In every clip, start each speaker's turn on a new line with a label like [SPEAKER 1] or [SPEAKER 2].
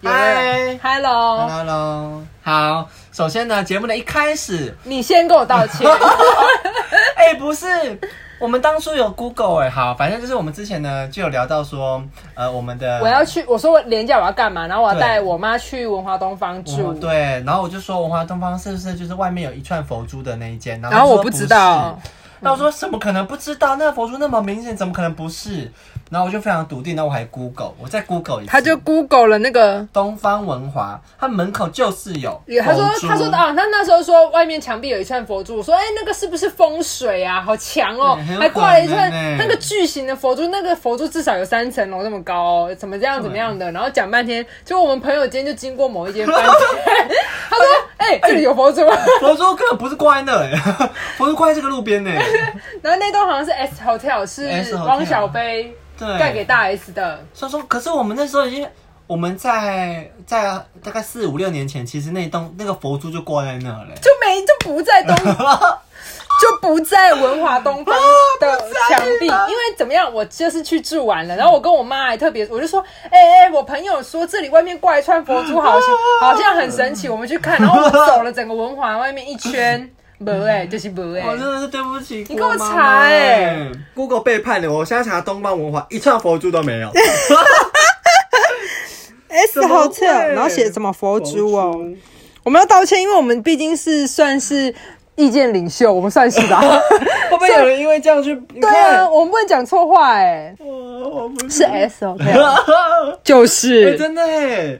[SPEAKER 1] 有人
[SPEAKER 2] 嗨
[SPEAKER 1] ，Hello，
[SPEAKER 2] Hello，好，首先呢，节目的一开始，
[SPEAKER 1] 你先跟我道歉。
[SPEAKER 2] 哎、不是，我们当初有 Google 哎、好，反正就是我们之前呢就有聊到说，呃，我们的
[SPEAKER 1] 我要去，我说我廉价我要干嘛，然后我要
[SPEAKER 2] 对
[SPEAKER 1] 带我妈去文华东方
[SPEAKER 2] 我
[SPEAKER 1] 住。
[SPEAKER 2] 对，然后我就说文华东方是不是就是外面有一串佛珠的那一间？然
[SPEAKER 1] 然后
[SPEAKER 2] 他
[SPEAKER 1] 我
[SPEAKER 2] 说
[SPEAKER 1] 不知道
[SPEAKER 2] 是。那我说怎么可能不知道？那佛珠那么明显，怎么可能不是？然后我就非常笃定，然后我还 Google，我再 Google 一次，
[SPEAKER 1] 他就 Google 了那个，
[SPEAKER 2] 东方文华，它门口就是有佛珠。
[SPEAKER 1] 也他说他说啊，他那时候说外面墙壁有一串佛珠，我说哎、那个是不是风水啊？好强哦、
[SPEAKER 2] 哎对很有
[SPEAKER 1] 还挂了一
[SPEAKER 2] 可
[SPEAKER 1] 串
[SPEAKER 2] 能欸
[SPEAKER 1] 那个巨型的佛珠，那个佛珠至少有三层楼那么高、哦，怎么这样怎么样的，然后讲半天，结果我们朋友今天就经过某一间饭店，他说哎、这里有佛珠，
[SPEAKER 2] 佛珠根本不是挂在那儿、欸， 佛珠挂在这个路边呢、欸。
[SPEAKER 1] 然后那栋好像是 S Hotel，是
[SPEAKER 2] S Hotel
[SPEAKER 1] 汪小菲
[SPEAKER 2] 对，
[SPEAKER 1] 盖给大 S 的，
[SPEAKER 2] 所以说，可是我们那时候已经，我们在在大概四五六年前，其实那栋那个佛珠就挂在那儿嘞、
[SPEAKER 1] 就没就不在东，就不在文华东方的墙壁，因为怎么样，我就是去住完了，然后我跟我妈还特别，我就说，哎、哎、我朋友说这里外面挂一串佛珠，好像好像很神奇，我们去看，然后我们走了整个文华外面一圈，没哎、就是没哎、
[SPEAKER 2] 我真的是对不起，
[SPEAKER 1] 你给我查欸
[SPEAKER 2] g o o g l e 背叛了我。我现在查东方文化，一串佛珠都没 有。
[SPEAKER 1] S
[SPEAKER 2] 怎么会
[SPEAKER 1] Hotel，然后写什么佛珠哦。我们要道歉，因为我们毕竟是算是意见领袖，我们算是吧。
[SPEAKER 2] 会不会有人因为这样去？对
[SPEAKER 1] 对啊，，我们不能讲错话哎、
[SPEAKER 2] 我我不
[SPEAKER 1] 是 S
[SPEAKER 2] 啊
[SPEAKER 1] Hotel，就
[SPEAKER 2] 哎，
[SPEAKER 1] 是
[SPEAKER 2] 真的哎，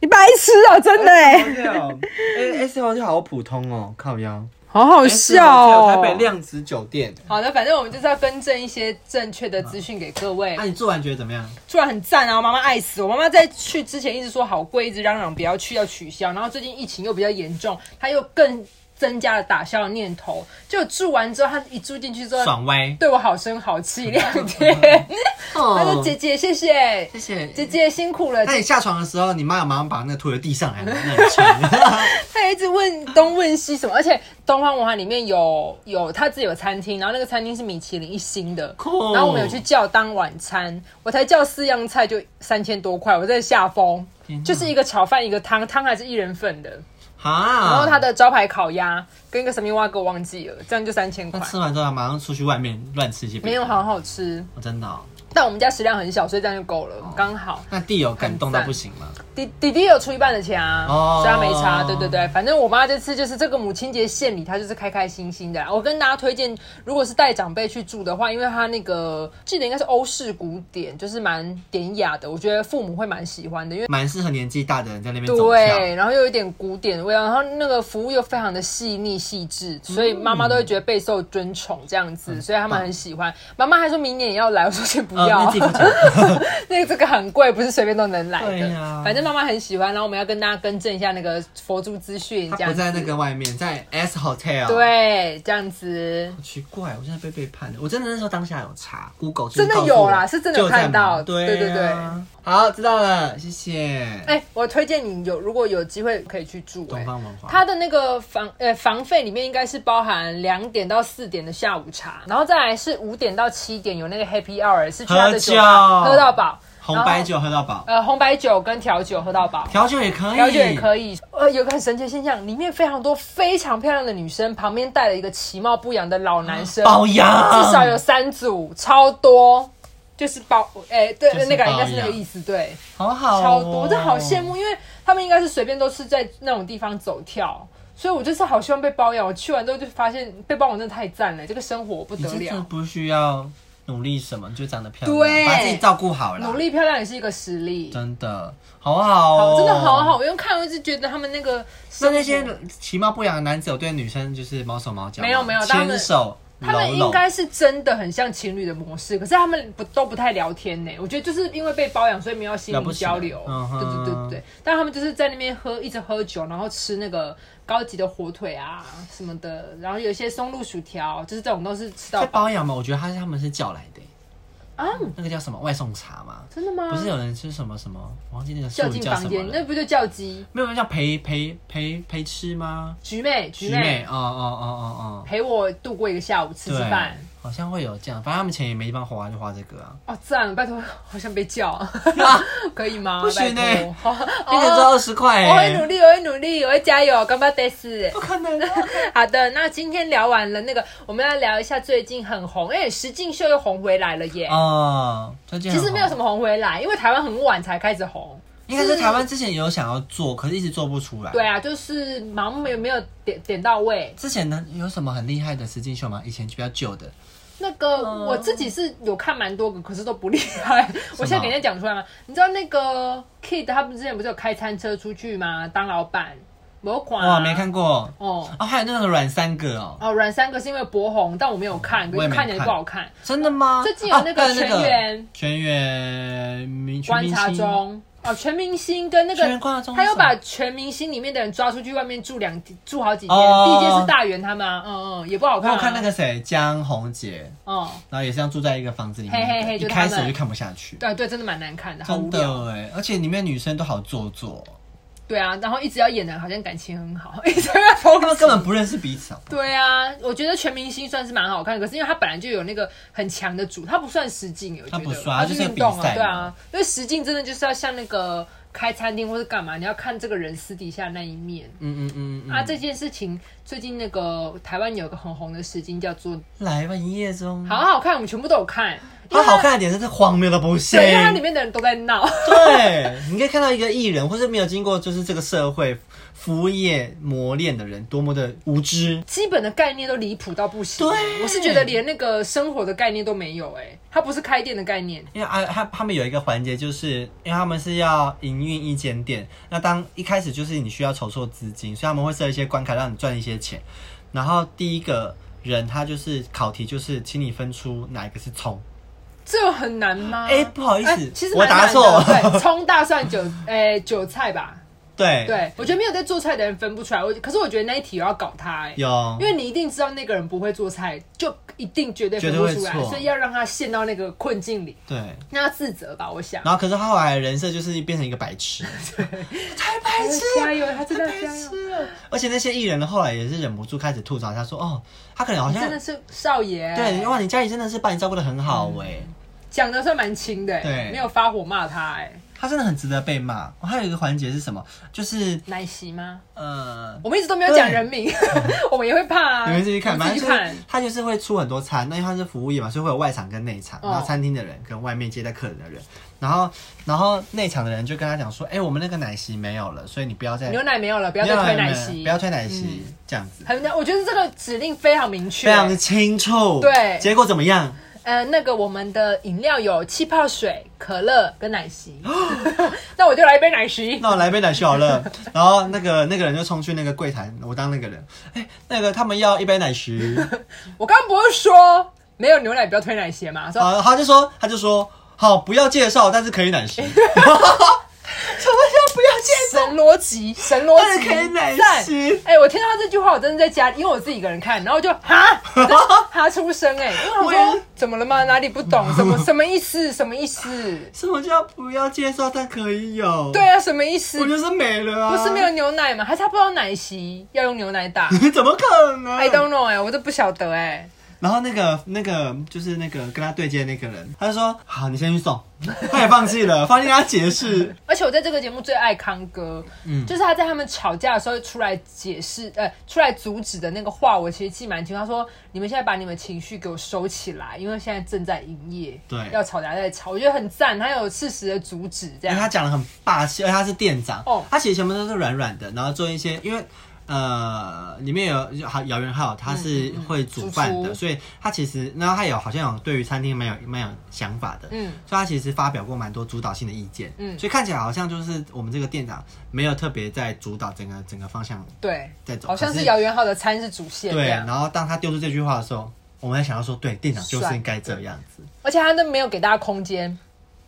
[SPEAKER 1] 你白痴啊、真的哎、
[SPEAKER 2] 哎，S 皇就好普通哦，靠腰。
[SPEAKER 1] 好
[SPEAKER 2] 哎
[SPEAKER 1] 好笑哦
[SPEAKER 2] 台。北量子酒店。
[SPEAKER 1] 好的，反正我们就是要分赠一些正确的资讯给各位
[SPEAKER 2] 那、。你做完觉得怎么样？
[SPEAKER 1] 突然很赞啊！我妈妈爱死我。妈妈在去之前一直说好贵，一直嚷嚷不要去，要取消。然后最近疫情又比较严重，她又更增加了打消的念头。就住完之后，她一住进去之后，
[SPEAKER 2] 爽嗯歪。
[SPEAKER 1] 对我好声好气两天。她说：“姐姐，谢谢，
[SPEAKER 2] 哦谢谢
[SPEAKER 1] 姐姐辛苦了。”
[SPEAKER 2] 那你下床的时候，你妈有马上把那个拖油递 上来吗？那你 吃
[SPEAKER 1] 他也一直问东问西什么，而且东方文化里面有有他自己有餐厅，然后那个餐厅是米其林一星的，
[SPEAKER 2] Cool
[SPEAKER 1] 然后我们有去叫当晚餐，我才叫四样菜就三千多块，我在下风
[SPEAKER 2] 天，哪
[SPEAKER 1] 就是一个炒饭一个汤，汤还是一人份的，
[SPEAKER 2] 啊！
[SPEAKER 1] 然后他的招牌烤鸭跟一个什么蛙哥忘记了，这样就三千块
[SPEAKER 2] 那，吃完之后马上出去外面乱吃一些，
[SPEAKER 1] 没有好，好吃，
[SPEAKER 2] 我真的哦。
[SPEAKER 1] 但我们家食量很小，所以这样就够了，刚好。
[SPEAKER 2] 那地友感动到不行吗？
[SPEAKER 1] 弟弟弟有出一半的钱啊，
[SPEAKER 2] 哦
[SPEAKER 1] 所以他没差。对对对，反正我妈这次就是这个母亲节献礼，她就是开开心心的啦。我跟大家推荐，如果是带长辈去住的话，因为她那个记得应该是欧式古典，就是蛮典雅的，我觉得父母会蛮喜欢的，因为。
[SPEAKER 2] 蛮适合年纪大的人在那边走跳。
[SPEAKER 1] 对，然后又有一点古典的味道，然后那个服务又非常的细腻细致，所以妈妈都会觉得备受尊崇这样子，所以他们很喜欢。妈妈还说嗯明年也要来，我说先不
[SPEAKER 2] 呃，
[SPEAKER 1] 要，
[SPEAKER 2] 那自己付钱。
[SPEAKER 1] 那个这个很贵，不是随便都能来的。
[SPEAKER 2] 对呀
[SPEAKER 1] 反正妈妈很喜欢，然后我们要跟大家更正一下那个佛珠资讯，这
[SPEAKER 2] 他
[SPEAKER 1] 样
[SPEAKER 2] 不
[SPEAKER 1] 子。
[SPEAKER 2] 在那个外面，在 S Hotel。。
[SPEAKER 1] 对，这样子。
[SPEAKER 2] 奇怪，我现在被背叛了。我真的那时候当下有查 Google，
[SPEAKER 1] 真的有啦是真的有看到
[SPEAKER 2] 对
[SPEAKER 1] 对对对
[SPEAKER 2] 啊好，知道了，谢谢。
[SPEAKER 1] 哎、我推荐你有，如果有机会可以去住、
[SPEAKER 2] 东
[SPEAKER 1] 哎，
[SPEAKER 2] 方文化，
[SPEAKER 1] 它的那个房呃房费里面应该是包含两点到四点的下午茶，然后再来是五点到七点有那个 Happy Hour，是去他的酒吧
[SPEAKER 2] 喝酒
[SPEAKER 1] 喝到饱，
[SPEAKER 2] 红白酒喝到饱，
[SPEAKER 1] 呃红白酒跟调酒喝到饱。
[SPEAKER 2] 调酒也可以，
[SPEAKER 1] 调酒也可以。呃，有个很神奇的现象，里面非常多非常漂亮的女生，旁边带了一个其貌不扬的老男生，
[SPEAKER 2] 包养，
[SPEAKER 1] 至少有三组，超多。就是包，哎、对，
[SPEAKER 2] 就是
[SPEAKER 1] 那个应该
[SPEAKER 2] 包
[SPEAKER 1] 是那个
[SPEAKER 2] 养
[SPEAKER 1] 意思，对，
[SPEAKER 2] 好好哦，
[SPEAKER 1] 超多，这好羡慕，因为他们应该是随便都是在那种地方走跳，所以我就是好希望被包养。我去完之后就发现被包养真的太赞了，这个生活不
[SPEAKER 2] 你
[SPEAKER 1] 得
[SPEAKER 2] 真的
[SPEAKER 1] 了，
[SPEAKER 2] 不需要努力什么，你就长得漂亮，
[SPEAKER 1] 对
[SPEAKER 2] 把自己照顾好了，
[SPEAKER 1] 努力漂亮也是一个实力，
[SPEAKER 2] 真的好好、哦
[SPEAKER 1] 好，真的好。好，因为看我就觉得他们那个
[SPEAKER 2] 那
[SPEAKER 1] 生
[SPEAKER 2] 那
[SPEAKER 1] 活
[SPEAKER 2] 些其貌不扬的男子有对女生就是毛手毛脚吗，
[SPEAKER 1] 没有没有他们
[SPEAKER 2] 牵手
[SPEAKER 1] 他
[SPEAKER 2] 搂
[SPEAKER 1] 们应
[SPEAKER 2] 搂，
[SPEAKER 1] 该是真的很像情侣的模式，可是他们不都不太聊天呢。我觉得就是因为被包养，所以没有心
[SPEAKER 2] 了
[SPEAKER 1] 灵
[SPEAKER 2] 不起
[SPEAKER 1] 交流。
[SPEAKER 2] 嗯哼
[SPEAKER 1] 对对对对对，但他们就是在那边喝，一直喝酒，然后吃那个高级的火腿啊什么的，然后有一些松露薯条，就是这种都是吃到
[SPEAKER 2] 在
[SPEAKER 1] 饱
[SPEAKER 2] 包养嘛？我觉得他他们是叫来的、
[SPEAKER 1] 啊。
[SPEAKER 2] 那个叫什么外送茶嘛？
[SPEAKER 1] 真的吗？
[SPEAKER 2] 不是有人吃什么什么，我忘记那个术
[SPEAKER 1] 叫
[SPEAKER 2] 语
[SPEAKER 1] 进
[SPEAKER 2] 叫
[SPEAKER 1] 啊房
[SPEAKER 2] 什么啊
[SPEAKER 1] 间，那
[SPEAKER 2] 了。
[SPEAKER 1] 不就叫鸡？
[SPEAKER 2] 没有人叫陪陪陪陪吃吗？
[SPEAKER 1] 菊妹，菊
[SPEAKER 2] 徐
[SPEAKER 1] 妹
[SPEAKER 2] 妹，哦哦哦哦哦，哦，
[SPEAKER 1] 陪我度过一个下午，吃吃
[SPEAKER 2] 对
[SPEAKER 1] 饭。
[SPEAKER 2] 好像会有这样，反正他们钱也没地方花，就花这个啊。
[SPEAKER 1] 哦，赞了，拜托，好想被 叫，可以吗？
[SPEAKER 2] 不行
[SPEAKER 1] 拜
[SPEAKER 2] 欸
[SPEAKER 1] 托好，
[SPEAKER 2] 一年赚
[SPEAKER 1] 哦
[SPEAKER 2] 二十块
[SPEAKER 1] 我会努
[SPEAKER 2] 哎，
[SPEAKER 1] 力，我会努力，我会加油，干巴得 死。
[SPEAKER 2] 不可能啊，
[SPEAKER 1] 好的，那今天聊完了那个，我们要聊一下最近很红，哎，石敬秀又红回来了耶。
[SPEAKER 2] 哦，最近
[SPEAKER 1] 其实没有
[SPEAKER 2] 么，
[SPEAKER 1] 什么红回来，因为台湾很晚才开始红。
[SPEAKER 2] 应该是台湾之前有想要做，可是一直做不出来。
[SPEAKER 1] 对啊，就是盲目没有没有点点到位。
[SPEAKER 2] 之前呢有什么很厉害的实境秀吗？以前比较旧的，
[SPEAKER 1] 那个、
[SPEAKER 2] 嗯
[SPEAKER 1] 我自己是有看蛮多个，可是都不厉 害。我现在给人家讲出来吗？你知道那个 Kid 他们之前不是有开餐车出去吗？当老板，我管、啊。
[SPEAKER 2] 哇，没看过
[SPEAKER 1] 哦
[SPEAKER 2] 哦，还有那个软三个哦，
[SPEAKER 1] 哦，阮三个是因为博红，但我没有看，可
[SPEAKER 2] 我也
[SPEAKER 1] 是
[SPEAKER 2] 没
[SPEAKER 1] 看起来不好看。
[SPEAKER 2] 真的吗？
[SPEAKER 1] 最近有那个
[SPEAKER 2] 啊还
[SPEAKER 1] 全员
[SPEAKER 2] 全员明全
[SPEAKER 1] 观
[SPEAKER 2] 明
[SPEAKER 1] 察
[SPEAKER 2] 星
[SPEAKER 1] 中哦，全明星跟那
[SPEAKER 2] 全员
[SPEAKER 1] 个。
[SPEAKER 2] 观察中，
[SPEAKER 1] 他又把全明星里面的人抓出去外面住两住好几天，
[SPEAKER 2] 哦
[SPEAKER 1] 第一间是大圆他们啊，嗯嗯，也不好
[SPEAKER 2] 我
[SPEAKER 1] 看、啊。
[SPEAKER 2] 有看那个谁江宏杰，
[SPEAKER 1] 哦，
[SPEAKER 2] 然后也是这样住在一个房子里面的，
[SPEAKER 1] 嘿嘿嘿
[SPEAKER 2] 一
[SPEAKER 1] 就
[SPEAKER 2] 开
[SPEAKER 1] 他们
[SPEAKER 2] 始我就看不下去，
[SPEAKER 1] 对对，真的蛮难看的，好无
[SPEAKER 2] 真
[SPEAKER 1] 聊。
[SPEAKER 2] 的哎，而且里面女生都好做作，
[SPEAKER 1] 对啊，然后一直要演的好像感情很好， 一直要偷
[SPEAKER 2] 他们根本不认识彼此，好不好
[SPEAKER 1] 对啊，我觉得全明星算是蛮好看，可是因为他本来就有那个很强的主，他不算实境，我觉
[SPEAKER 2] 他
[SPEAKER 1] 得
[SPEAKER 2] 不算他就是
[SPEAKER 1] 运动
[SPEAKER 2] 比
[SPEAKER 1] 啊，
[SPEAKER 2] 赛
[SPEAKER 1] 对啊，因为实境真的就是要像那个开餐厅或是干嘛，你要看这个人私底下那一面。
[SPEAKER 2] 嗯嗯嗯嗯，
[SPEAKER 1] 啊，这件事情最近那个台湾有个很红的实境叫做
[SPEAKER 2] 来吧，一夜中，
[SPEAKER 1] 好好看，我们全部都有看，因
[SPEAKER 2] 它
[SPEAKER 1] 为
[SPEAKER 2] 好看的点真是荒谬到不行。
[SPEAKER 1] 对，因为它里面的人都在闹，
[SPEAKER 2] 对，你可以看到一个艺人，或是没有经过就是这个社会服务业磨练的人，多么的无知。
[SPEAKER 1] 基本的概念都离谱到不行。
[SPEAKER 2] 对
[SPEAKER 1] 我是觉得连那个生活的概念都没有、哎，它不是开店的概念，
[SPEAKER 2] 因为啊，他他们有一个环节，就是因为他们是要营运一间店，那当一开始就是你需要筹措资金，所以他们会设一些关卡让你赚一些钱。然后第一个人他就是考题，就是请你分出哪一个是葱。
[SPEAKER 1] 这很难吗？
[SPEAKER 2] 哎不好意思
[SPEAKER 1] 哎其实
[SPEAKER 2] 我答
[SPEAKER 1] 蛮难的
[SPEAKER 2] 错
[SPEAKER 1] 对，葱、大蒜、韭，哎、韭菜吧。
[SPEAKER 2] 对，
[SPEAKER 1] 对，我觉得没有在做菜的人分不出来。我可是我觉得那一题我要搞他、哎，
[SPEAKER 2] 有
[SPEAKER 1] 因为你一定知道那个人不会做菜，就一定绝对分不
[SPEAKER 2] 绝
[SPEAKER 1] 出
[SPEAKER 2] 对会
[SPEAKER 1] 来，
[SPEAKER 2] 错
[SPEAKER 1] 所以要让他陷到那个困境里，
[SPEAKER 2] 对。
[SPEAKER 1] 那要自责吧，我想。
[SPEAKER 2] 然后可是他后来的人设就是变成一个白痴， 太白痴了
[SPEAKER 1] 加油，他真的要
[SPEAKER 2] 太
[SPEAKER 1] 加
[SPEAKER 2] 白
[SPEAKER 1] 油。
[SPEAKER 2] 痴了。而且那些艺人后来也是忍不住开始吐槽，他说：“哦，他可能好像
[SPEAKER 1] 真的是哎少爷，
[SPEAKER 2] 对，哇，你家里真的是把你照顾的很好哎、
[SPEAKER 1] 嗯讲的算蛮轻的、哎
[SPEAKER 2] 对
[SPEAKER 1] 没有发火骂他、哎，
[SPEAKER 2] 他真的很值得被骂。哦还有一个环节是什么？就是
[SPEAKER 1] 奶昔吗？
[SPEAKER 2] 呃，
[SPEAKER 1] 我们一直都没有讲人名， 我们也会怕啊。
[SPEAKER 2] 你们自己看，
[SPEAKER 1] 我们
[SPEAKER 2] 反
[SPEAKER 1] 自
[SPEAKER 2] 正
[SPEAKER 1] 己
[SPEAKER 2] 就是
[SPEAKER 1] 看。
[SPEAKER 2] 他就是会出很多餐，那因为他是服务业嘛，所以会有外场跟内场，
[SPEAKER 1] 哦
[SPEAKER 2] 然后餐厅的人跟外面接待客人的人，然后然后内场的人就跟他讲说：，哎、我们那个奶昔没有了，所以你不要再
[SPEAKER 1] 牛奶没有了，不
[SPEAKER 2] 不
[SPEAKER 1] 要再推奶
[SPEAKER 2] 没
[SPEAKER 1] 昔，
[SPEAKER 2] 有不要推奶昔、这样子。”
[SPEAKER 1] 很，我觉得这个指令非常明确。
[SPEAKER 2] 非常清楚，
[SPEAKER 1] 对
[SPEAKER 2] 结果怎么样？
[SPEAKER 1] 呃，那个我们的饮料有气泡水、可乐跟奶 昔，那我就来一杯奶昔。
[SPEAKER 2] 那我来杯奶昔好了。然后那个那个人就冲去那个柜台，我当那个人。哎、那个他们要一杯 奶昔，
[SPEAKER 1] 我刚刚不是说没有牛奶不要推奶昔吗？说
[SPEAKER 2] 啊，他就说他就说好，不要介绍，但是可以 奶昔。什么叫不要介
[SPEAKER 1] 神逻辑，神逻辑，
[SPEAKER 2] 但是可以奶
[SPEAKER 1] 赞
[SPEAKER 2] 昔
[SPEAKER 1] 哎、我听到这句话，我真的在家里，因为我自己一个人看，然后我就哈哈出声哎、因为我
[SPEAKER 2] 我也
[SPEAKER 1] 说怎么了吗？哪里不 懂？什么什么意思？什么意思？
[SPEAKER 2] 什么叫不要介绍，但可以有？
[SPEAKER 1] 对，啊，什么意思
[SPEAKER 2] 我？就是没了啊，
[SPEAKER 1] 不是没有牛奶吗？还是他不知道奶昔要用牛奶打
[SPEAKER 2] 怎么可能
[SPEAKER 1] ？I don't know 哎、我都不晓得哎、
[SPEAKER 2] 然后那个那个就是那个跟他对接的那个人，他就说好，你先去送。他也放弃了，放弃跟他解释。
[SPEAKER 1] 而且我在这个节目最爱康哥，
[SPEAKER 2] 嗯
[SPEAKER 1] 就是他在他们吵架的时候出来解释，呃，出来阻止的那个话，我其实记蛮清楚。他说：“你们现在把你们情绪给我收起来，因为现在正在营业，
[SPEAKER 2] 对
[SPEAKER 1] 要吵架再吵。”我觉得很赞，他有适时的阻止，这
[SPEAKER 2] 因为
[SPEAKER 1] 样
[SPEAKER 2] 哎他讲的很霸气，而且他是店长，
[SPEAKER 1] 哦
[SPEAKER 2] 他其实全部都是软软的，然后做一些，因为呃，里面有有好姚元浩，他是会煮
[SPEAKER 1] 嗯
[SPEAKER 2] 饭
[SPEAKER 1] 主
[SPEAKER 2] 的，
[SPEAKER 1] 厨
[SPEAKER 2] 所以他其实，然后他有好像有对于餐厅蛮有蛮有想法的，
[SPEAKER 1] 嗯，
[SPEAKER 2] 所以他其实发表过蛮多主导性的意见，
[SPEAKER 1] 嗯
[SPEAKER 2] 所以看起来好像就是我们这个店长没有特别在主导整个整个方向
[SPEAKER 1] 对，
[SPEAKER 2] 在走，
[SPEAKER 1] 好像
[SPEAKER 2] 可
[SPEAKER 1] 是姚元浩的餐是主线这
[SPEAKER 2] 对，啊
[SPEAKER 1] 样，
[SPEAKER 2] 然后当他丢出这句话的时候，我们在想到说，对，店长就是
[SPEAKER 1] 帅
[SPEAKER 2] 应该这样子，
[SPEAKER 1] 而且他都没有给大家空间，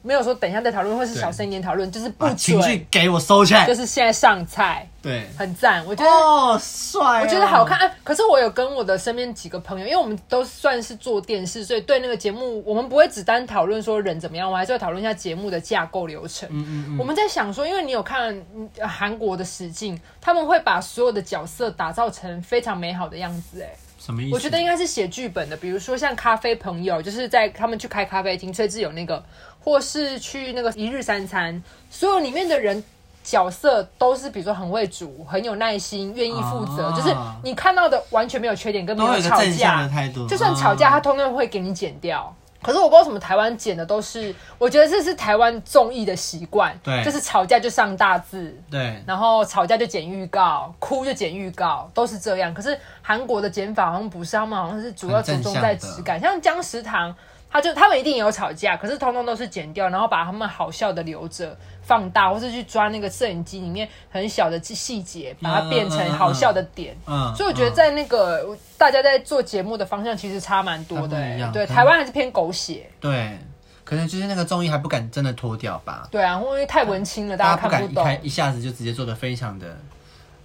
[SPEAKER 1] 没有说等一下再讨论，或是
[SPEAKER 2] 对
[SPEAKER 1] 小声一点讨论，就是不
[SPEAKER 2] 把情
[SPEAKER 1] 准，
[SPEAKER 2] 绪给我收起来
[SPEAKER 1] 就，是现在上菜，
[SPEAKER 2] 对，
[SPEAKER 1] 很赞，我觉得
[SPEAKER 2] 哦，帅哦，
[SPEAKER 1] 我觉得好看、啊，可是我有跟我的身边几个朋友，因为我们都算是做电视，所以对那个节目，我们不会只单讨论说人怎么样，我们还是会讨论一下节目的架构流程。嗯嗯我们在想说，因为你有看嗯韩国的实境，他们会把所有的角色打造成非常美好的样子、哎，
[SPEAKER 2] 哦什么意思？
[SPEAKER 1] 我觉得应该是写剧本的，比如说像咖啡朋友，就是在他们去开咖啡厅，崔智有那个，或是去那个一日三餐，所有里面的人角色都是，比如说很会煮，很有耐心，愿意负责，
[SPEAKER 2] 啊
[SPEAKER 1] 就是你看到的完全没有缺点，跟没
[SPEAKER 2] 都有一个
[SPEAKER 1] 吵
[SPEAKER 2] 正向
[SPEAKER 1] 架
[SPEAKER 2] 的，态度，
[SPEAKER 1] 就算吵架，
[SPEAKER 2] 啊
[SPEAKER 1] 他通常会给你剪掉。可是我不知道为什么台湾剪的都是，我觉得这是台湾综艺的习惯，
[SPEAKER 2] 对
[SPEAKER 1] 就是吵架就上大字，
[SPEAKER 2] 对，
[SPEAKER 1] 然后吵架就剪预告，哭就剪预告，都是这样。可是韩国的剪法好像不是，他们好像是主要着重在质感，像姜食堂，他就他们一定也有吵架，可是通通都是剪掉，然后把他们好笑的留着。放大，或是去抓那个摄影机里面很小的细节，把它变成好笑的点。
[SPEAKER 2] 嗯，
[SPEAKER 1] 所以我觉得在那个、大家在做节目的方向其实差蛮多的、
[SPEAKER 2] 还不一
[SPEAKER 1] 欸
[SPEAKER 2] 样
[SPEAKER 1] 对，
[SPEAKER 2] 嗯
[SPEAKER 1] 台湾还是偏狗血，
[SPEAKER 2] 嗯对，可能就是那个综艺还不敢真的脱掉吧，
[SPEAKER 1] 对啊，因为太文青了，大
[SPEAKER 2] 大家不
[SPEAKER 1] 家
[SPEAKER 2] 敢
[SPEAKER 1] 看
[SPEAKER 2] 一
[SPEAKER 1] 懂。
[SPEAKER 2] 开一下子就直接做的非常的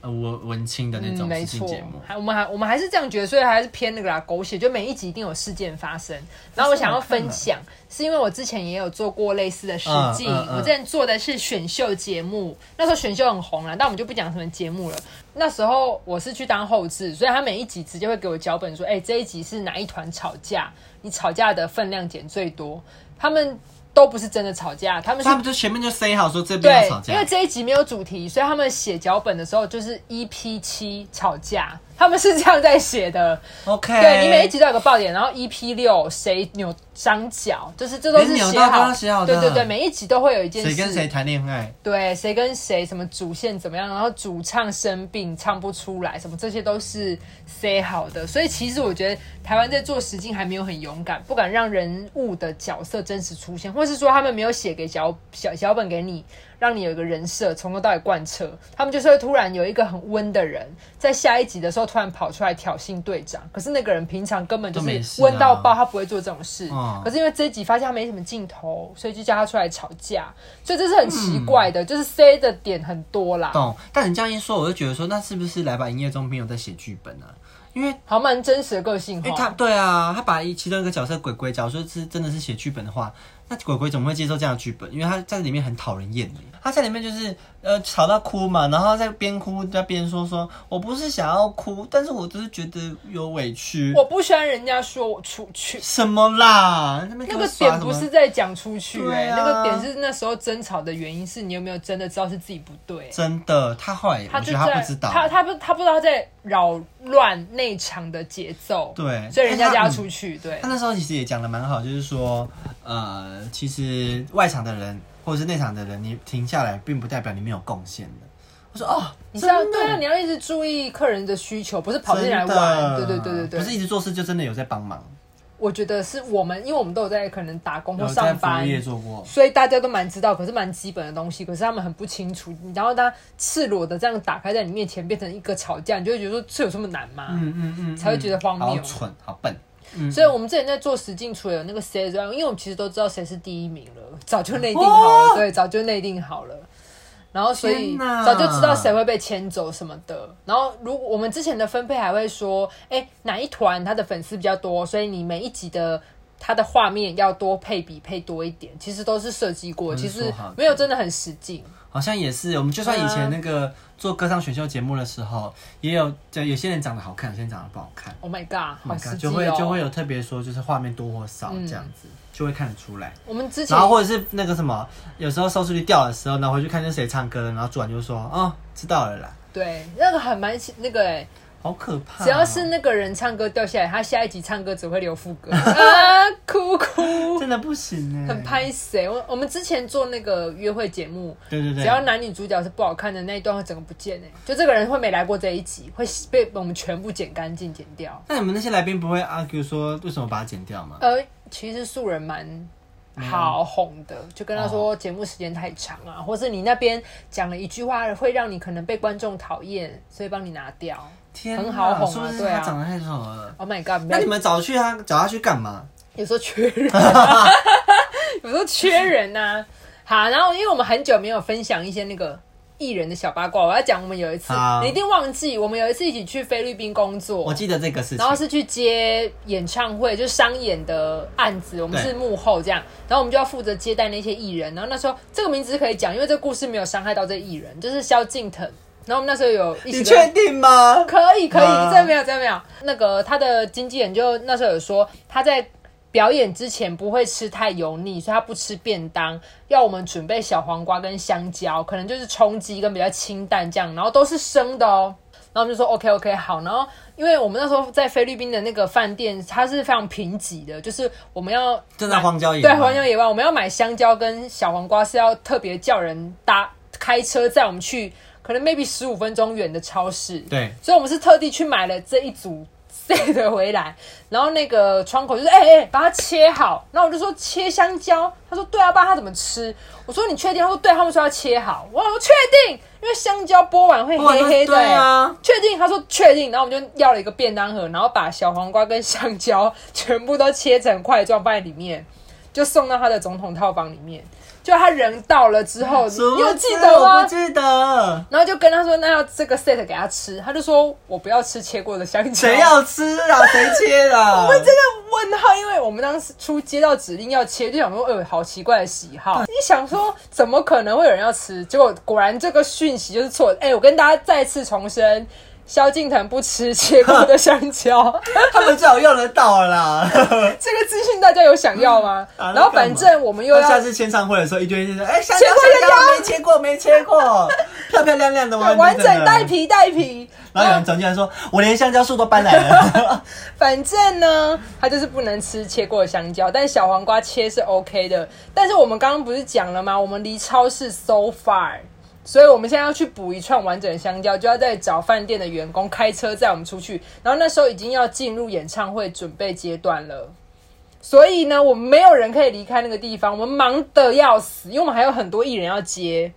[SPEAKER 2] 呃文文青的那
[SPEAKER 1] 嗯，
[SPEAKER 2] 种
[SPEAKER 1] 没
[SPEAKER 2] 实境
[SPEAKER 1] 错
[SPEAKER 2] 节目，，
[SPEAKER 1] 还我们还我们还是这样觉得，所以还是偏那个啦，狗血，就每一集一定有事件发生。
[SPEAKER 2] 啊
[SPEAKER 1] 然后我想要分享，是因为我之前也有做过类似的实境，
[SPEAKER 2] 嗯嗯嗯
[SPEAKER 1] 我之前做的是选秀节目，那时候选秀很红了，但我们就不讲什么节目了。那时候我是去当后置，所以他每一集直接会给我脚本说，哎、这一集是哪一团吵架，你吵架的分量减最多，他们。都不是真的吵架，他们是
[SPEAKER 2] 他们就前面就 say 好说这边
[SPEAKER 1] 对
[SPEAKER 2] 要吵，
[SPEAKER 1] 因为
[SPEAKER 2] 架，
[SPEAKER 1] 这一集没有主题，所以他们写脚本的时候就是 EP 七吵架，他们是这样在写的。
[SPEAKER 2] OK，
[SPEAKER 1] 对你每一集都有个爆点，然后 EP 六谁扭伤脚，就是这都是
[SPEAKER 2] 连扭
[SPEAKER 1] 写
[SPEAKER 2] 到都
[SPEAKER 1] 好
[SPEAKER 2] 要写好的
[SPEAKER 1] 对对对，每一集都会有一件事。
[SPEAKER 2] 谁跟谁谈恋爱，
[SPEAKER 1] 对，谁跟谁什么主线怎么样，然后主唱生病唱不出来，什么这些都是 say 好的。所以其实我觉得台湾在做实境还没有很勇敢，不敢让人物的角色真实出现，或是说他们没有写给脚小脚本给你，让你有一个人设从头到尾贯彻。他们就是会突然有一个很温的人，在下一集的时候突然跑出来挑衅队长，可是那个人平常根本就
[SPEAKER 2] 都没事
[SPEAKER 1] 是
[SPEAKER 2] 啊
[SPEAKER 1] 温到爆，他不会做这种事。
[SPEAKER 2] 嗯
[SPEAKER 1] 可是因为这一集发现他没什么镜头，所以就叫他出来吵架，所以这是很奇怪的，就是 C 的点很多啦，
[SPEAKER 2] 嗯懂？但你这样一说，我就觉得说，那是不是来把营业中没有在写剧本啊？因为
[SPEAKER 1] 好蛮真实的个性
[SPEAKER 2] 因为他
[SPEAKER 1] 哈。
[SPEAKER 2] 对啊，他把一其中一个角色鬼鬼，假如说是真的是写剧本的话，那鬼鬼怎么会接受这样的剧本？因为他在里面很讨人厌耶他在里面就是呃吵到哭嘛，然后在边哭在边说说，我不是想要哭，但是我只是觉得有委屈。
[SPEAKER 1] 我不喜欢人家说我出去，
[SPEAKER 2] 什么啦？那边给
[SPEAKER 1] 那
[SPEAKER 2] 我
[SPEAKER 1] 个
[SPEAKER 2] 耍
[SPEAKER 1] 点
[SPEAKER 2] 什
[SPEAKER 1] 不
[SPEAKER 2] 么
[SPEAKER 1] 是在讲出去、
[SPEAKER 2] 对
[SPEAKER 1] 哎、
[SPEAKER 2] 啊
[SPEAKER 1] 那个点是那时候争吵的原因是你有没有真的知道是自己不对。
[SPEAKER 2] 真的，他后来我
[SPEAKER 1] 就在
[SPEAKER 2] 觉得他不知道，
[SPEAKER 1] 他他不他不知道他在扰乱内场的节奏，
[SPEAKER 2] 对
[SPEAKER 1] 所以人家就
[SPEAKER 2] 但
[SPEAKER 1] 要
[SPEAKER 2] 他嗯
[SPEAKER 1] 出去，对
[SPEAKER 2] 他，那时候其实也讲的蛮好，就是说，呃，其实外场的人或者是内场的人，你停下来，并不代表你没有贡献的。我说哦，
[SPEAKER 1] 你知道
[SPEAKER 2] 真的
[SPEAKER 1] 对啊，你要一直注意客人的需求，不是跑进来
[SPEAKER 2] 真
[SPEAKER 1] 玩，
[SPEAKER 2] 的
[SPEAKER 1] 对对对对对，
[SPEAKER 2] 不是一直做事就真的有在帮忙，
[SPEAKER 1] 我觉得是我们，因为我们都有在可能打工或
[SPEAKER 2] 有在
[SPEAKER 1] 上
[SPEAKER 2] 服务
[SPEAKER 1] 班，
[SPEAKER 2] 业做过，
[SPEAKER 1] 所以大家都蛮知道，可是蛮基本的东西，可是他们很不清楚。然后他赤裸的这样打开在你面前，变成一个吵架，你就会觉得说这有这么难吗？
[SPEAKER 2] 嗯嗯嗯，
[SPEAKER 1] 才会觉得荒
[SPEAKER 2] 好
[SPEAKER 1] 谬。
[SPEAKER 2] 蠢，好笨，嗯
[SPEAKER 1] 所以我们之前在做实境，除了有那个谁之外，因为我们其实都知道谁是第一名了，早就内定好了，对，早就内定好了。然后所以
[SPEAKER 2] 天哪
[SPEAKER 1] 早就知道谁会被牵走什么的。然后如果我们之前的分配还会说，哎，哪一团他的粉丝比较多，所以你每一集的。他的画面要多配比配多一点，其实都是设计过，
[SPEAKER 2] 都
[SPEAKER 1] 其
[SPEAKER 2] 是
[SPEAKER 1] 实
[SPEAKER 2] 说哦好的
[SPEAKER 1] 没有真的很实际。
[SPEAKER 2] 好像也是。我们就算
[SPEAKER 1] 啊
[SPEAKER 2] 以前那个做歌唱选秀节目的时候，也有就有些人长得好看，有些人长得不好看
[SPEAKER 1] Oh my god，好
[SPEAKER 2] ，My
[SPEAKER 1] 实
[SPEAKER 2] God，
[SPEAKER 1] 际
[SPEAKER 2] 就
[SPEAKER 1] 哦！嗯
[SPEAKER 2] 会就会有特别说，就是画面多或少这样子，就会看得出来。
[SPEAKER 1] 我们之前
[SPEAKER 2] 然后或者是那个什么，有时候收视率掉的时候，然后回去看是谁唱歌的，然后主管就说：“哦，知道了啦，
[SPEAKER 1] 对那个很蛮那个哎、
[SPEAKER 2] 好可怕哦、
[SPEAKER 1] 只要是那个人唱歌掉下来，他下一集唱歌只会留副 歌啊，哭哭，
[SPEAKER 2] 真的不行欸呢、
[SPEAKER 1] 很拍谁？我我们之前做那个约会节目，
[SPEAKER 2] 对对对，
[SPEAKER 1] 只要男女主角是不好看的那一段，会整个不见哎、就这个人会没来过这一集，会被我们全部剪干净剪掉。
[SPEAKER 2] 那你们那些来宾不会 argue 说为什么把它剪掉吗？
[SPEAKER 1] 呃，其实素人蛮。
[SPEAKER 2] 嗯
[SPEAKER 1] 好红的，就跟他
[SPEAKER 2] 哦
[SPEAKER 1] 说节目时间太长啊，或是你那边讲了一句话会让你可能被观众讨厌，所以帮你拿掉。
[SPEAKER 2] 天哪，
[SPEAKER 1] 很好哄啊
[SPEAKER 2] 是不是
[SPEAKER 1] 对
[SPEAKER 2] 他
[SPEAKER 1] 啊
[SPEAKER 2] 长得太丑了？
[SPEAKER 1] Oh my god！
[SPEAKER 2] 那你
[SPEAKER 1] 没
[SPEAKER 2] 们找去他找他去干嘛？
[SPEAKER 1] 有时候缺人，
[SPEAKER 2] 啊
[SPEAKER 1] 有时候缺人呐、好，然后因为我们很久没有分享一些那个艺人的小八卦，我要讲我们有一次，
[SPEAKER 2] 好
[SPEAKER 1] 你一定忘记，我们有一次一起去菲律宾工
[SPEAKER 2] 我
[SPEAKER 1] 作，
[SPEAKER 2] 记得这个事情
[SPEAKER 1] 然后，是去接演唱会，就是商演的案子，我们
[SPEAKER 2] 对
[SPEAKER 1] 是幕后这样，然后我们就要负责接待那些艺人，然后那时候这个名字是可以讲，因为这个故事没有伤害到这艺人，就是萧敬腾。然后我们那时候有一起
[SPEAKER 2] 你确定吗？
[SPEAKER 1] 哦可以可
[SPEAKER 2] 啊
[SPEAKER 1] 以，这没有这没有。那个他的经纪人就那时候有说，他在表演之前不会吃太油腻，所以他不吃便当，要我们准备小黄瓜跟香蕉，可能就是冲击跟比较清淡这样，然后都是生的哦。然后我们就说 OK OK 好，然后因为我们那时候在菲律宾的那个饭店，它是非常贫瘠的，就是我们要
[SPEAKER 2] 正在荒郊野
[SPEAKER 1] 对
[SPEAKER 2] 外
[SPEAKER 1] 黄牛野外，我们要买香蕉跟小黄瓜是要特别叫人搭开车载我们去，可能 maybe 十五分钟远的超市。
[SPEAKER 2] 对，
[SPEAKER 1] 啊所以我们是特地去买了这一组 set 回来，然后那个窗口就是哎哎、把它切好，然后我就说切香蕉，他说对啊，爸他怎么吃？我说你确定？他说对，他们说要切好，我说确定，因为香蕉剥完会黑黑的、
[SPEAKER 2] 剥完对啊
[SPEAKER 1] 确定？他说确定，然后我们就要了一个便当盒，然后把小黄瓜跟香蕉全部都切成块状放在里面，就送到他的总统套房里面。就他人到了之后，你
[SPEAKER 2] 什么
[SPEAKER 1] 有记
[SPEAKER 2] 吃
[SPEAKER 1] 得吗？
[SPEAKER 2] 我不记得，
[SPEAKER 1] 然后就跟他说，那要这个 set 给他吃，他就说我不要吃切过的香蕉。
[SPEAKER 2] 谁要吃啊？谁切 的？
[SPEAKER 1] 这个问号？因为我们当时初接到指令要切，就想说，呃，好奇怪的喜好。你想说，怎么可能会有人要吃？结果果然这个讯息就是错的。哎、我跟大家再次重申，萧敬腾不吃切过的香 蕉。
[SPEAKER 2] 他们最好用得到啦。
[SPEAKER 1] 这个资讯大家有想要吗？
[SPEAKER 2] 啊那
[SPEAKER 1] 然后
[SPEAKER 2] 干
[SPEAKER 1] 反
[SPEAKER 2] 嘛
[SPEAKER 1] 正我们又
[SPEAKER 2] 他
[SPEAKER 1] 要
[SPEAKER 2] 下次签唱会的时候，一堆人就说：“哎、香
[SPEAKER 1] 切
[SPEAKER 2] 蕉
[SPEAKER 1] 过
[SPEAKER 2] 香蕉没切过，没 切过，漂漂亮亮的
[SPEAKER 1] 对
[SPEAKER 2] 完
[SPEAKER 1] 完整
[SPEAKER 2] 的
[SPEAKER 1] 带。皮带皮。”
[SPEAKER 2] 然后有人走进来说：“我连香蕉树都搬来 了。
[SPEAKER 1] 反正呢，它就是不能吃切过的香蕉，但小黄瓜切是 OK 的。但是我们刚刚不是讲了吗？我们离超市 so far，所以我们现在要去补一串完整的香蕉，就要再找饭店的员工开车载我们出去。然后那时候已经要进入演唱会准备阶段了。所以呢，我们没有人可以离开那个地方，我们忙得要死，因为我们还有很多艺人要接。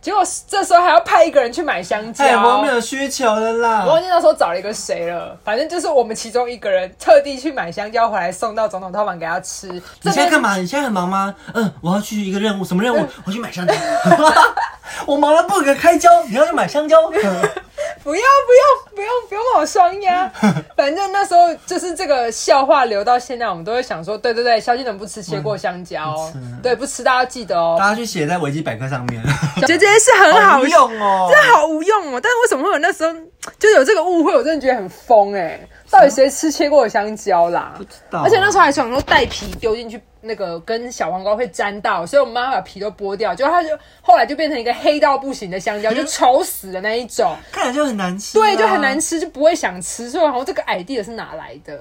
[SPEAKER 1] 结果这时候还要派一个人去买香”蕉，
[SPEAKER 2] 哎，我没有需求了啦
[SPEAKER 1] 我。忘记那时候找了一个谁了，反正就是我们其中一个人特地去买香蕉回来送到总统套房给他吃。
[SPEAKER 2] 你
[SPEAKER 1] 这嗯
[SPEAKER 2] 现在
[SPEAKER 1] 边
[SPEAKER 2] 干嘛？你现在很忙吗？嗯，我要去一个任务，什么任务？我去买香蕉。 我忙了不可开交，你要去 买香蕉。
[SPEAKER 1] 不要不要不要不用往双 压，反正那时候就是这个笑话留到现在，我们都会想说，对对对，萧敬腾不吃切过香蕉哦，对不吃大家记得哦。
[SPEAKER 2] 嗯大家去写在维基百科 上面，
[SPEAKER 1] 觉得这件事很好
[SPEAKER 2] 无
[SPEAKER 1] 笑，
[SPEAKER 2] 用哦。
[SPEAKER 1] 真的好无用哦。但是为什么会有那时候就有这个误会？我真的觉得很疯哎、到底谁吃切过的香蕉啦？
[SPEAKER 2] 不知道
[SPEAKER 1] 而且那时候还想说带皮丢进去，那个跟小黄瓜会沾到，所以我妈把皮都剥掉，结果它就后来就变成一个黑到不行的香
[SPEAKER 2] 嗯
[SPEAKER 1] 蕉，就丑死的那一 种。
[SPEAKER 2] 看起来就很难吃、啊
[SPEAKER 1] 对，就很难。吃，就不会想吃。所以，好像这个 idea 是哪来的？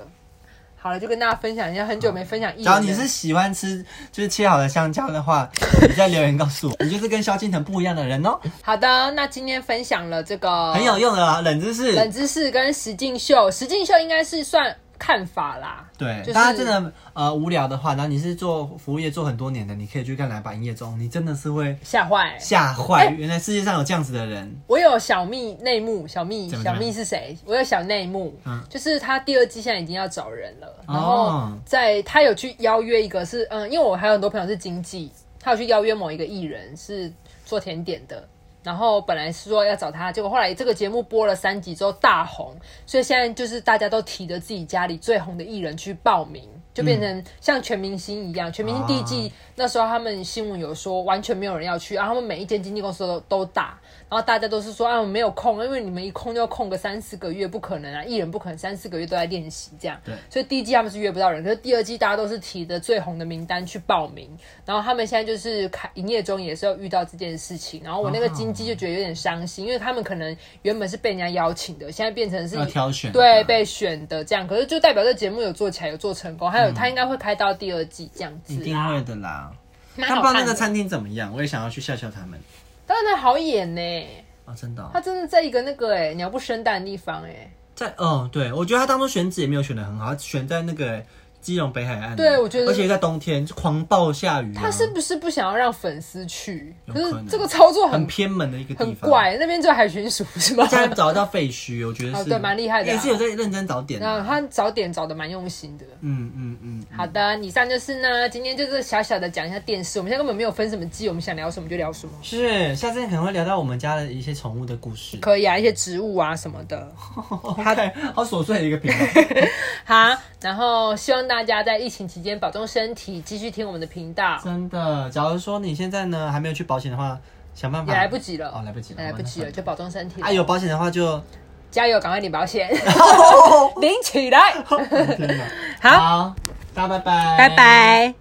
[SPEAKER 1] 好了，就跟大家分享一下，很久没分享意
[SPEAKER 2] 只要
[SPEAKER 1] 见。
[SPEAKER 2] 你是喜欢吃就是切好的香蕉的话，你在留言告诉我，你就是跟萧敬腾不一样的人哦，
[SPEAKER 1] 好的，那今天分享了这个
[SPEAKER 2] 很有用的啊，冷知识。
[SPEAKER 1] 冷知识跟实境秀，实境秀应该是算看法啦。
[SPEAKER 2] 对，
[SPEAKER 1] 就是
[SPEAKER 2] 大家真的呃无聊的话，然后你是做服务业做很多年的，你可以去看《来吧营业中》，你真的是会
[SPEAKER 1] 吓坏！
[SPEAKER 2] 吓坏，
[SPEAKER 1] 哎
[SPEAKER 2] 原来世界上有这样子的人。
[SPEAKER 1] 我有小蜜内幕，小蜜
[SPEAKER 2] 怎么
[SPEAKER 1] 小蜜是谁？我有小内幕，
[SPEAKER 2] 嗯
[SPEAKER 1] 就是他第二季现在已经要找人了，
[SPEAKER 2] 哦
[SPEAKER 1] 然后在他有去邀约一个是，嗯，因为我还有很多朋友是经纪，他有去邀约某一个艺人是做甜点的。然后本来是说要找他，结果后来这个节目播了三集之后大红，所以现在就是大家都提着自己家里最红的艺人去报名，就变
[SPEAKER 2] 嗯
[SPEAKER 1] 成像全明星一样。全明星第一季、那时候他们新闻有说完全没有人要去，然后他们每一间经纪公司都都打，然后大家都是说啊我没有空，因为你们一空就要空个三四个月，不可能啊，艺人不可能三四个月都在练习这样。
[SPEAKER 2] 对
[SPEAKER 1] 所以第一季他们是约不到人，可是第二季大家都是提着最红的名单去报名，然后他们现在就是开营业中也是有遇到这件事情，然后我那个经纪就觉得有点伤心，因为他们可能原本是被人家邀请的，现在变成是
[SPEAKER 2] 要挑选
[SPEAKER 1] 对
[SPEAKER 2] 嗯
[SPEAKER 1] 被选的这样，可是就代表这节目有做起来，有做成功，还有他应该会开到第二季这样子啊
[SPEAKER 2] 一定
[SPEAKER 1] 啦，
[SPEAKER 2] 会的啦。
[SPEAKER 1] 蛮
[SPEAKER 2] 但
[SPEAKER 1] 好
[SPEAKER 2] 不知道
[SPEAKER 1] 看
[SPEAKER 2] 那个
[SPEAKER 1] 的。
[SPEAKER 2] 餐厅怎么样，我也想要去笑笑他们
[SPEAKER 1] 但是好演呢、
[SPEAKER 2] 啊、真的哦、
[SPEAKER 1] 他真的在一个那个哎、鸟不生蛋的地方哎、
[SPEAKER 2] 在哦，对，我觉得他当初选址也没有选的很好，他选在那个基隆北海岸。
[SPEAKER 1] 对我觉得
[SPEAKER 2] 而且在冬天就狂暴下雨啊、
[SPEAKER 1] 他是不是不想要让粉丝去？
[SPEAKER 2] 有
[SPEAKER 1] 可
[SPEAKER 2] 可
[SPEAKER 1] 是
[SPEAKER 2] 能
[SPEAKER 1] 这个操作
[SPEAKER 2] 很
[SPEAKER 1] 很
[SPEAKER 2] 偏门的一个地
[SPEAKER 1] 很
[SPEAKER 2] 方，。
[SPEAKER 1] 怪，那边只有海巡署是吗？
[SPEAKER 2] 现在找得到废墟，我觉得
[SPEAKER 1] 哦
[SPEAKER 2] 是
[SPEAKER 1] 对蛮厉害的啊
[SPEAKER 2] 也是有在认真找点、
[SPEAKER 1] 那
[SPEAKER 2] 啊。
[SPEAKER 1] 他找点找的蛮用心的。
[SPEAKER 2] 嗯嗯嗯，嗯
[SPEAKER 1] 好的，以上就是呢，今天就是小小的讲一下电视，我们现在根本没有分什么季，我们想聊什么就聊什么，
[SPEAKER 2] 是下次可能会聊到我们家的一些宠物的故事。
[SPEAKER 1] 可以啊，一些植物啊什么的。
[SPEAKER 2] 好，好琐碎的一个频道。
[SPEAKER 1] 好，然后希望大家在疫情期间保重身体，继续听我们的频道。
[SPEAKER 2] 真的，假如说你现在呢还没有去保险的话，想办法
[SPEAKER 1] 也来不及了，
[SPEAKER 2] 哦，来不及了，
[SPEAKER 1] 也来哎不及了，就保重身体
[SPEAKER 2] 啊，有保险的话就，
[SPEAKER 1] 加油，赶快领保险， 领起来。
[SPEAKER 2] 天哪
[SPEAKER 1] 好，
[SPEAKER 2] 好，大家拜拜，
[SPEAKER 1] 拜。拜。